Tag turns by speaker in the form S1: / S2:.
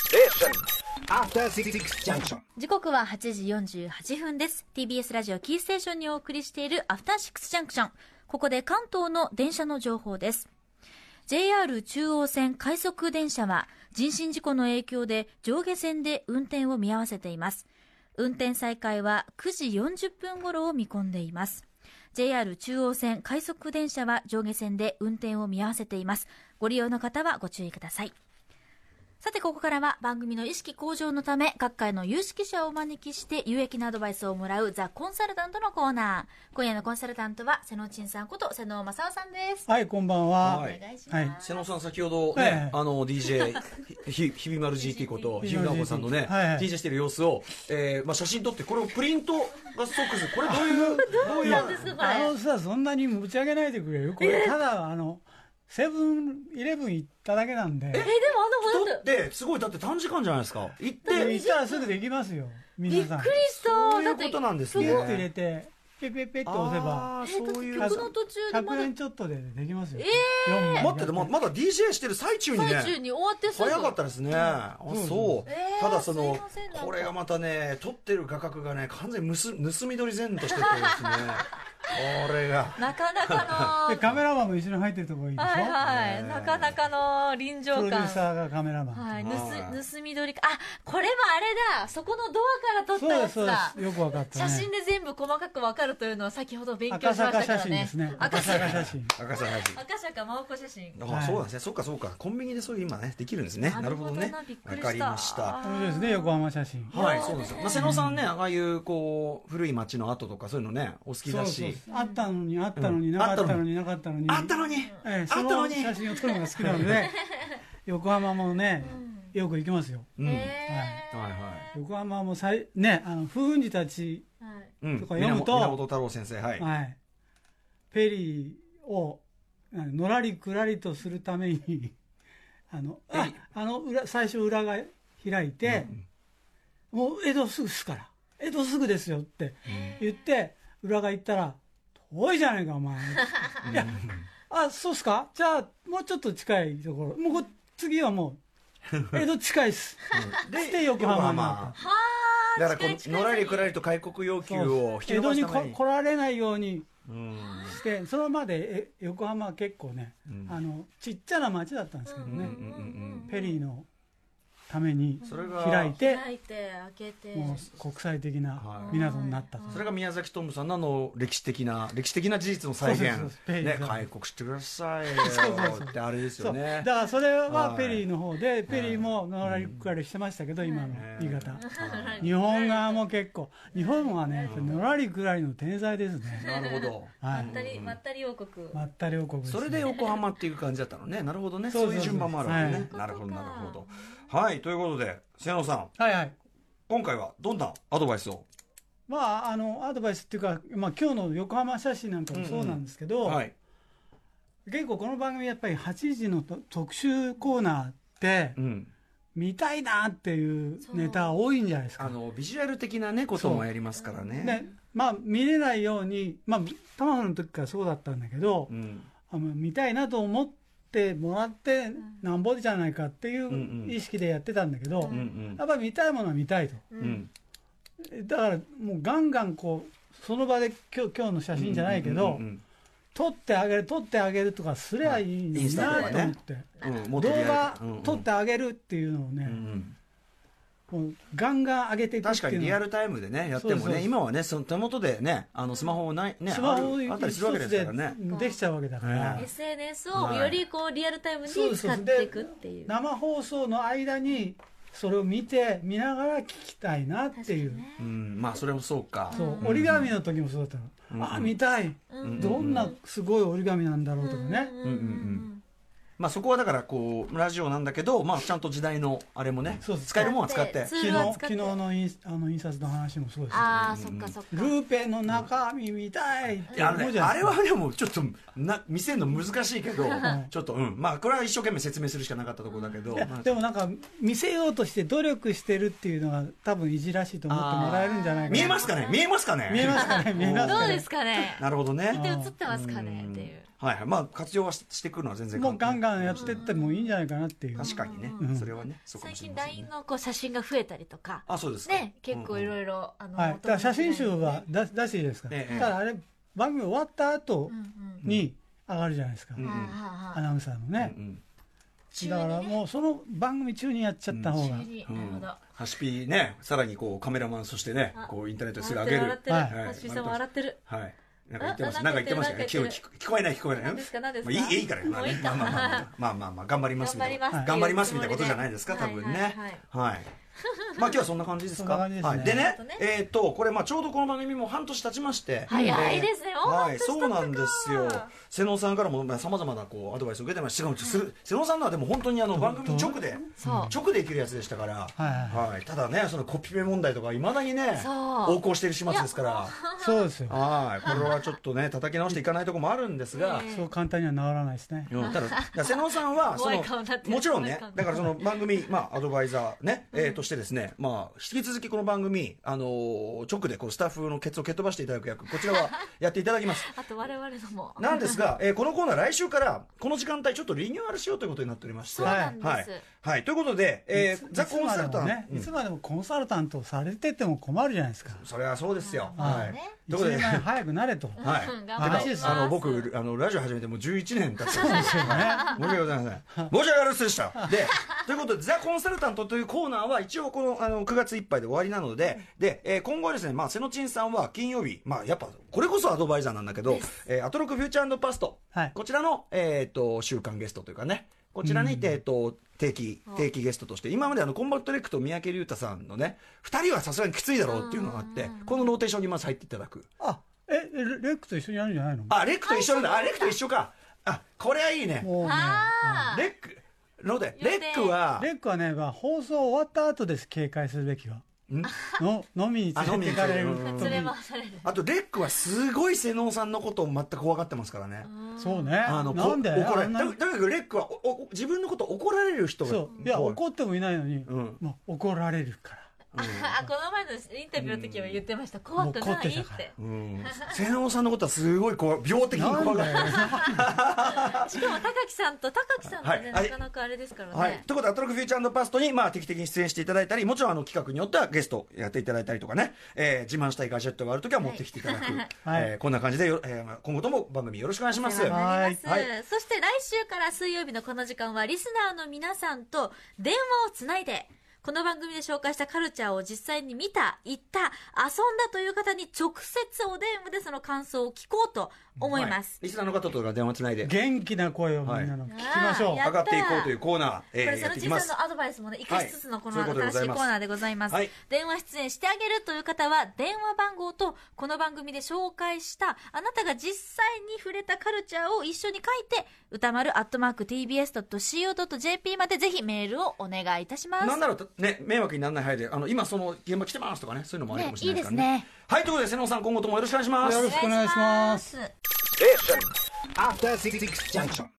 S1: Station. After Six Junction.
S2: 時刻は8時48分です。TBS ラジオキーステーションにお送りしているアフターシックスジャンクション。ここで関東の電車の情報です。JR 中央線快速電車は人身事故の影響で上下線で運転を見合わせています。運転再開は9時40分頃を見込んでいます。JR 中央線快速電車は上下線で運転を見合わせています。ご利用の方はご注意ください。さて、ここからは番組の意識向上のため、各界の有識者をお招きして、有益なアドバイスをもらうザ・コンサルタントのコーナー。今夜のコンサルタントは、瀬野陳さんこと、瀬野正夫さんです。
S3: はい、こんばんは。
S4: はい
S2: お願いし
S3: は
S2: ま
S3: い
S2: す。
S4: 瀬野さん、先ほど
S3: ええ
S4: ね、あの DJ ひ、ひびまる GT こと、
S3: ひ
S4: ひ
S3: び
S4: び
S3: ま
S4: が
S3: る
S4: おこさんのね、
S3: はいはい
S4: DJ してる様子を、えーまあ、写真撮って、これをプリントがストックする、これどういう、どうい
S2: どうなんで
S4: う、
S2: すか、こ
S3: あ
S2: れ
S3: の。さ、そんなに持ち上げないでくれるこれ、ただ、あの、セブンイレブン行っただけなんで、
S2: え、でもあの、ほ
S4: 撮
S2: ん
S4: っ
S2: と、
S4: て、すごい、だって短時間じゃないですか、行って、
S3: 行ったらすぐできますよ、
S2: びっ
S3: 皆
S2: く
S3: さ
S2: り
S3: ん。
S2: した。
S4: そういう
S2: だって
S4: ことなんです
S3: ピ
S4: ね
S3: ュッと入れて、ペペペって押せば、
S4: あ
S2: え
S4: ーそういう、
S2: だって曲の途中でま
S3: 100
S2: だ
S3: 円ちょっとでできますよ。
S2: え
S3: 4枚
S4: 待ってて、ままだ DJ してる最中に
S2: 最中
S4: ね、
S2: に終わってそう
S4: 早かったですね、あ
S3: そう
S4: そう
S2: えー、
S4: ただその
S2: すいませんなん、か
S4: これがまたね、撮ってる画角がね、完全にむす盗み取り前としててですね、これが。
S2: なかな か
S3: で、
S2: の。
S3: カメラマンも一緒に入ってるとこいいでしょ
S2: はいは
S4: ね
S2: い。なかなかの臨場
S3: プ
S2: 感。
S3: ロデューサーがカメラマン。
S2: はい、盗
S4: はい
S2: 盗み撮りかあこれもあれだそこのドアから撮っ
S3: そう
S2: た
S3: で
S2: や
S3: す、そ
S2: つ
S3: う
S2: だ
S3: です。よくわかった
S2: 写
S3: ね。
S2: 真で全部細かく分かるというのは先ほど勉強しま
S3: 赤
S2: したか
S3: 坂写
S2: ら
S3: 真で
S2: ね
S3: すね。
S2: 赤
S3: 赤坂
S2: 坂
S3: 写真。
S4: 赤坂さん
S2: 赤坂真央子写真
S4: あ、
S3: はい
S4: そうなんですね。そっかそっか。コンビニでそういう今ねできるんですね。なるほどね
S2: なびっ。く
S4: わ
S2: りした
S4: かりました。
S3: 面白いですね、横浜写真。
S4: はい、そうなんですよ。まあ瀬野さんね、ああいうこう古い町の跡とかそういうのね、お好き
S3: そ
S4: だ
S3: う
S4: し
S3: そ。うあったのにあったのに
S4: うん
S3: なかったのになかったのに
S4: あったのに、
S3: え
S4: あ
S3: え
S4: っ
S3: そ
S4: たの
S3: の
S4: に。
S3: 写真を撮るのが好 きなので横浜もねよく行きますよ
S4: うん。はい
S2: へー
S4: はい。
S3: 横浜もさいねあの風雲児たち
S2: はい
S4: うん。
S3: とか読むと
S4: 源源太郎先生、はい。
S3: はいペリーをあののらりくらりとするために あのああの裏最初裏が開いてもう江戸すぐっすから江戸すぐですよって言って裏が行ったら遠いじゃないかお 前いやあ、そうっすかじゃあ、もうちょっと近いところ。もうこ、次はも う、江戸近いっす。で、横浜になっ
S4: だからこ
S2: 近い近
S4: う
S2: い
S4: のらりくらりと開国要
S3: た。
S4: 求を引き
S3: 江
S4: 伸
S3: 戸
S4: ばす
S3: に
S4: ため
S3: こ
S4: に。
S3: 来られないように
S4: うん
S3: して、そのまでえ横浜は結構ね、
S4: うん
S3: あの、ちっちゃな町だったんですけど
S4: うんうん
S3: ね、
S4: うん
S3: ペリーのために
S4: うん。それが
S3: 開いて、
S2: 開いて開けて
S3: もう国際的な
S4: はい
S3: 港になったと。
S4: それが宮崎トムさんのあの歴史的な歴史的な事実の再現
S3: そうそうそうペイ
S4: ね
S3: そう
S4: 開国してくださいよ
S3: そうそうそう
S4: ってあれです
S3: そ
S4: よ
S3: う
S4: ね
S3: だからそれは
S4: はい
S3: ペリーの方で、ペリーものらりくらりしてましたけど、今の言い方。
S2: はい
S3: 日本側も結構日本はねのらりくらりの天才ですね
S4: なるほど
S2: ま
S3: は
S2: っ
S3: い
S2: たりまったり王国
S3: まったり王国ですね
S4: それで横浜っていう感じだったのねなるほどね
S3: そう
S4: そ
S3: そうそ
S4: ういうう順番もあるわけね
S2: はい
S4: なるほどなるほどはいということで瀬野さん
S3: はいはい
S4: 今回はどんなアドバイスを
S3: まああのアドバイスっていうかまあ今日の横浜写真なんかもそうなんですけど、
S4: はい
S3: 結構この番組やっぱり8時のと特集コーナーって
S4: うん
S3: 見たいなっていう
S2: そう
S3: ネタ多いんじゃないです
S4: あ
S3: か
S4: のビジュアル的なねこともやりますからね
S3: ねまあ見れないようにまあ玉川の時からそうだったんだけど、
S4: うん
S3: あの見たいなと思ってもらってなんぼじゃないかってい
S4: んう
S3: うん意識でやってたんだけど、
S2: う
S4: うんうん
S3: やっぱり見たいものは見たいと。
S2: う
S4: うんん
S3: だからもうガンガンこうその場で今日今日の写真じゃないけど、
S4: うんうん
S3: 撮ってあげる撮ってあげるとかすりゃいい
S4: インスタ
S3: な
S4: とか
S3: と思っ
S4: ね
S3: て、
S4: うんうんもっと
S3: 動
S4: リアル
S3: 画
S4: うんうん
S3: 撮ってあげるっていうのを
S4: う
S3: ね
S4: んう、ん
S3: もうガンガン上げていくって
S4: 確か
S3: い
S4: にリ
S3: う
S4: ア
S3: の
S4: ルタイムでねやっ
S3: そ
S4: て
S3: う
S4: も
S3: そうそう
S4: ね今はねその手元でねあのスマホをないね
S3: スマホ
S4: あるあったり
S3: 一
S4: するわけ
S3: つ
S4: です
S3: で
S4: からね
S3: できちゃうわけだから
S4: ね
S2: SNS をよりこうリアルタイムに使
S3: そうですそう
S2: っていくっていう
S3: 生放送の間にそれを見て見ながら聞きたいなっていう、
S4: うんまあそれもそうか
S3: そう折り紙の時もそうだったの、
S4: うん
S3: あ見たい、
S4: ん
S3: どんなすごい折り紙なんだろうとかね、
S4: うんうんうんまあそこはだからこうラジオなんだけどまあちゃんと時代のあれもね
S3: そうそう
S4: 使えるものは使って
S2: ツ
S3: 昨
S2: ー
S3: 日
S2: ルは使
S3: 昨
S2: って
S3: 日のインスあの印刷の話もそうですよ
S2: ああそっかそっか
S3: ルーペの中身見たいっ
S4: い
S3: て
S4: やあ
S3: 思
S4: の
S3: う
S4: ね
S3: じゃな
S4: あ
S3: い
S4: れ
S3: ですか
S4: はでもちょっとな見せるの難しいけどちょっとうんまあこれは一生懸命説明するしかなかったところだけど
S3: いやでもなんか見せようとして努力してるっていうのが多分いじらしいと思ってもらえるんじゃないかな
S4: 見えますかね見えますかね
S3: 見えますかね見えます
S2: ど
S3: か
S2: う
S3: ね
S2: ですかね
S4: なるほどね
S2: で映ってますかねっていう
S4: はいはいまあ活用はししてくるのは全然
S3: もうガン
S4: ン
S3: ガンやってってもいいんじゃないかなっていう。
S4: 確かにね、
S3: うん
S4: それはねそうか
S2: 最
S4: もしれ
S2: 近
S4: ませんね
S2: LINE のこう写真が増えたりとか、
S4: あそうですか
S2: ね、結構い
S4: い
S2: ろいろ、あの、
S3: はい、だ
S2: お友
S3: から
S2: 達
S3: 写真集
S2: が
S3: は出出していいですか、
S4: ええ
S3: ただあれ番組終わった後
S2: うんうん
S3: に上がるじゃないですか、
S4: うんうん
S2: はあはあ
S3: ア
S2: はあ
S3: ナウンサーのね、
S2: 中
S3: だから
S2: にね
S3: もうその番組中にやっちゃった方が、
S2: 中になるほど
S4: ハシピねさらにこうカメラマンそしてね
S2: あ
S4: こうインターネットですぐ上
S2: 笑
S4: げ
S2: っ
S4: る
S2: てる笑ってる
S3: はい
S2: はっしーさんも笑ってる
S4: はいなんか言ってまし
S2: あ
S4: たなんか言ってましたね
S2: なんか言ってる
S4: 聞こえ聞こえない聞こえない
S2: 何ですか何ですか
S4: まあいいいいから
S2: もういいか
S4: まあまあまあまあまあまあ頑張りますみたい
S2: 頑
S4: な
S2: 張ります
S4: 頑張りますみたいなことじゃないですか
S2: はいは
S4: 多
S2: いはい
S4: 分ねはいまあ今日はそんな感じです
S3: そんな
S4: か
S3: 感じですね
S4: はいでね
S2: ちょっとね
S4: えっとこれまあちょうどこの番組も半年経ちまして
S2: 早いですね
S4: えーは
S2: 半年経っ
S4: い
S2: たか
S4: そうなんですよ瀬能さんからもさまざまなこうアドバイスを受けてましたしかもす瀬能さんのはでも本当にあの番組直で
S2: そう
S4: 直で生きるやつでしたから
S3: はいはい
S4: はいただねそのコピペ問題とかいまだにね
S2: そう
S4: 横行している始末ですから
S3: そうですよ
S4: はい、これはちょっとね、叩き直していかないとこもあるんですが。
S2: え
S3: そう簡単には治らないですね、
S4: うんただ、だから瀬能さんは、そ
S2: 怖い
S4: の
S2: 顔になって、る
S4: もちろん
S2: 怖
S4: ね
S2: い顔、にな
S4: だ
S2: って
S4: か
S2: る
S4: らその 番組、まあ、アドバイザーね、えーとしてですね、まあ、引き続きこの番組、あのー直でこう、スタッフのケツを蹴っ飛ばしていただく役、こちら はやっていただきます。
S2: あと我々のも
S4: なんですが、えーこのコーナー来週から、この時間帯ちょっとリニューアルしようということになっておりまして。
S2: そうなんです、
S4: はい。はい、ということで、え
S3: いつ
S4: ーザ・コンサルタン
S3: いつまでもね、
S4: うん
S3: いつまでもコンサルタントされてても困るじゃないですか
S4: それはそうですよ。
S2: うん
S4: は
S3: まあ
S2: ね
S4: い。
S3: 一
S4: ということ
S3: 人前
S4: で、
S3: 早くなれと、
S4: はい
S2: うん。
S4: てか
S2: 頑張ります
S4: あの僕あのラジオ始めてもう11年経って そうですよね。申し訳ございませ ん。申し訳ありませんでした。で、ということで、ザ・コンサルタントというコーナーは、一応このあの9月いっぱいで終わりなので、で、えー今後はですね、まあ、瀬野陳さんは金曜日、まあ、やっぱ、これこそアドバイザーなんだけど、えーアトロックフューチャーパスト、
S3: はい
S4: こちらの、えー、と週間ゲストというかね、こちらに、えー、と定期定期ゲストとして、今まであのコンバットレックと三宅龍太さんのね、2人はさすがにきついだろうっていうのがあって、このローテーションにまず入っていただく。
S3: あえレレックと一緒にやるんじゃないの
S4: あ、レックと一緒なんだ。あ、レックと一緒か。あ、これはいいね。
S3: もうね
S2: あ
S4: レック、ので、レ
S2: 予定
S4: ックは、
S3: レックはね、まあ、放送終わった後です警戒するべきは
S4: ん
S3: の飲みに連れていかれる
S4: あ飲みに
S2: あ
S4: 連
S2: 連れ
S3: 時
S2: 回される
S4: あとレックはすごい瀬能さんのことを全く怖がってますからね。
S3: そうね
S4: あの、
S3: なんで
S4: こ怒ら
S3: あ
S4: れ
S3: ん
S4: と
S3: な
S4: とにかくレックはおお自分のことを怒られる人が
S3: そういや
S4: 怖
S3: 怒ってもいないのに、
S4: うん
S3: もう怒られる から
S2: ああこの前のインタビューの時は言ってました怖く
S3: もう
S2: な
S3: 怒っ
S2: い
S3: て
S2: って
S3: たから
S4: うん。瀬能さんのことはすごい怖い病的に
S3: な
S4: 怖
S3: ん
S4: が
S3: だ
S4: る。
S3: よ
S2: しかも高木さんと高木さんってね、
S4: はい
S2: なかなかあれですからね、
S4: はい。ということで、アトロックフューチャーパストに、まあ、定期的に出演していただいたり、もちろん、あの、企画によってはゲストやっていただいたりとかね、えー自慢したいガジェットがあるときは持ってきていただく。
S3: はい
S4: えーこんな感じでよ、えー今後とも番組よろしくお願いします。
S2: お世話になります
S4: はいは
S2: そして来週から水曜日のこの時間はリスナーの皆さんと電話をつないでこの番組で紹介したカルチャーを実際に見た、行った、遊んだという方に直接お電話でその感想を聞こうと思います。
S4: リスナーの方とか電話つないで、
S3: 元気な声をみんなの聞きましょう、
S2: はい
S4: 上がっていこうというコーナー、え
S2: これ、そ
S4: ーやっ
S2: の
S4: てい
S2: ち
S4: きま
S2: さん
S4: す。
S2: のアドバイスもね、生かしつつのこの
S4: そういうこと
S2: 新
S4: でご
S2: し
S4: ざい
S2: いコ
S4: ま
S2: ー
S4: す
S2: ナーでございます。
S4: はい
S2: 電話出演してあげるという方は、電話番号と、この番組で紹介した、あなたが実際に触れたカルチャーを一緒に書いて、歌丸アットマーク tbs.co.jp までぜひメールをお願いいたします。
S4: なんならね、迷惑にならない範囲で、あの、今その現場来てますとかね、そういうのもありかもしれないですからね。
S2: ねいいです。
S4: はい、ということで、瀬野さん、今後ともよろしくお願いします。
S3: よろしくお願いします
S1: After Six Junction.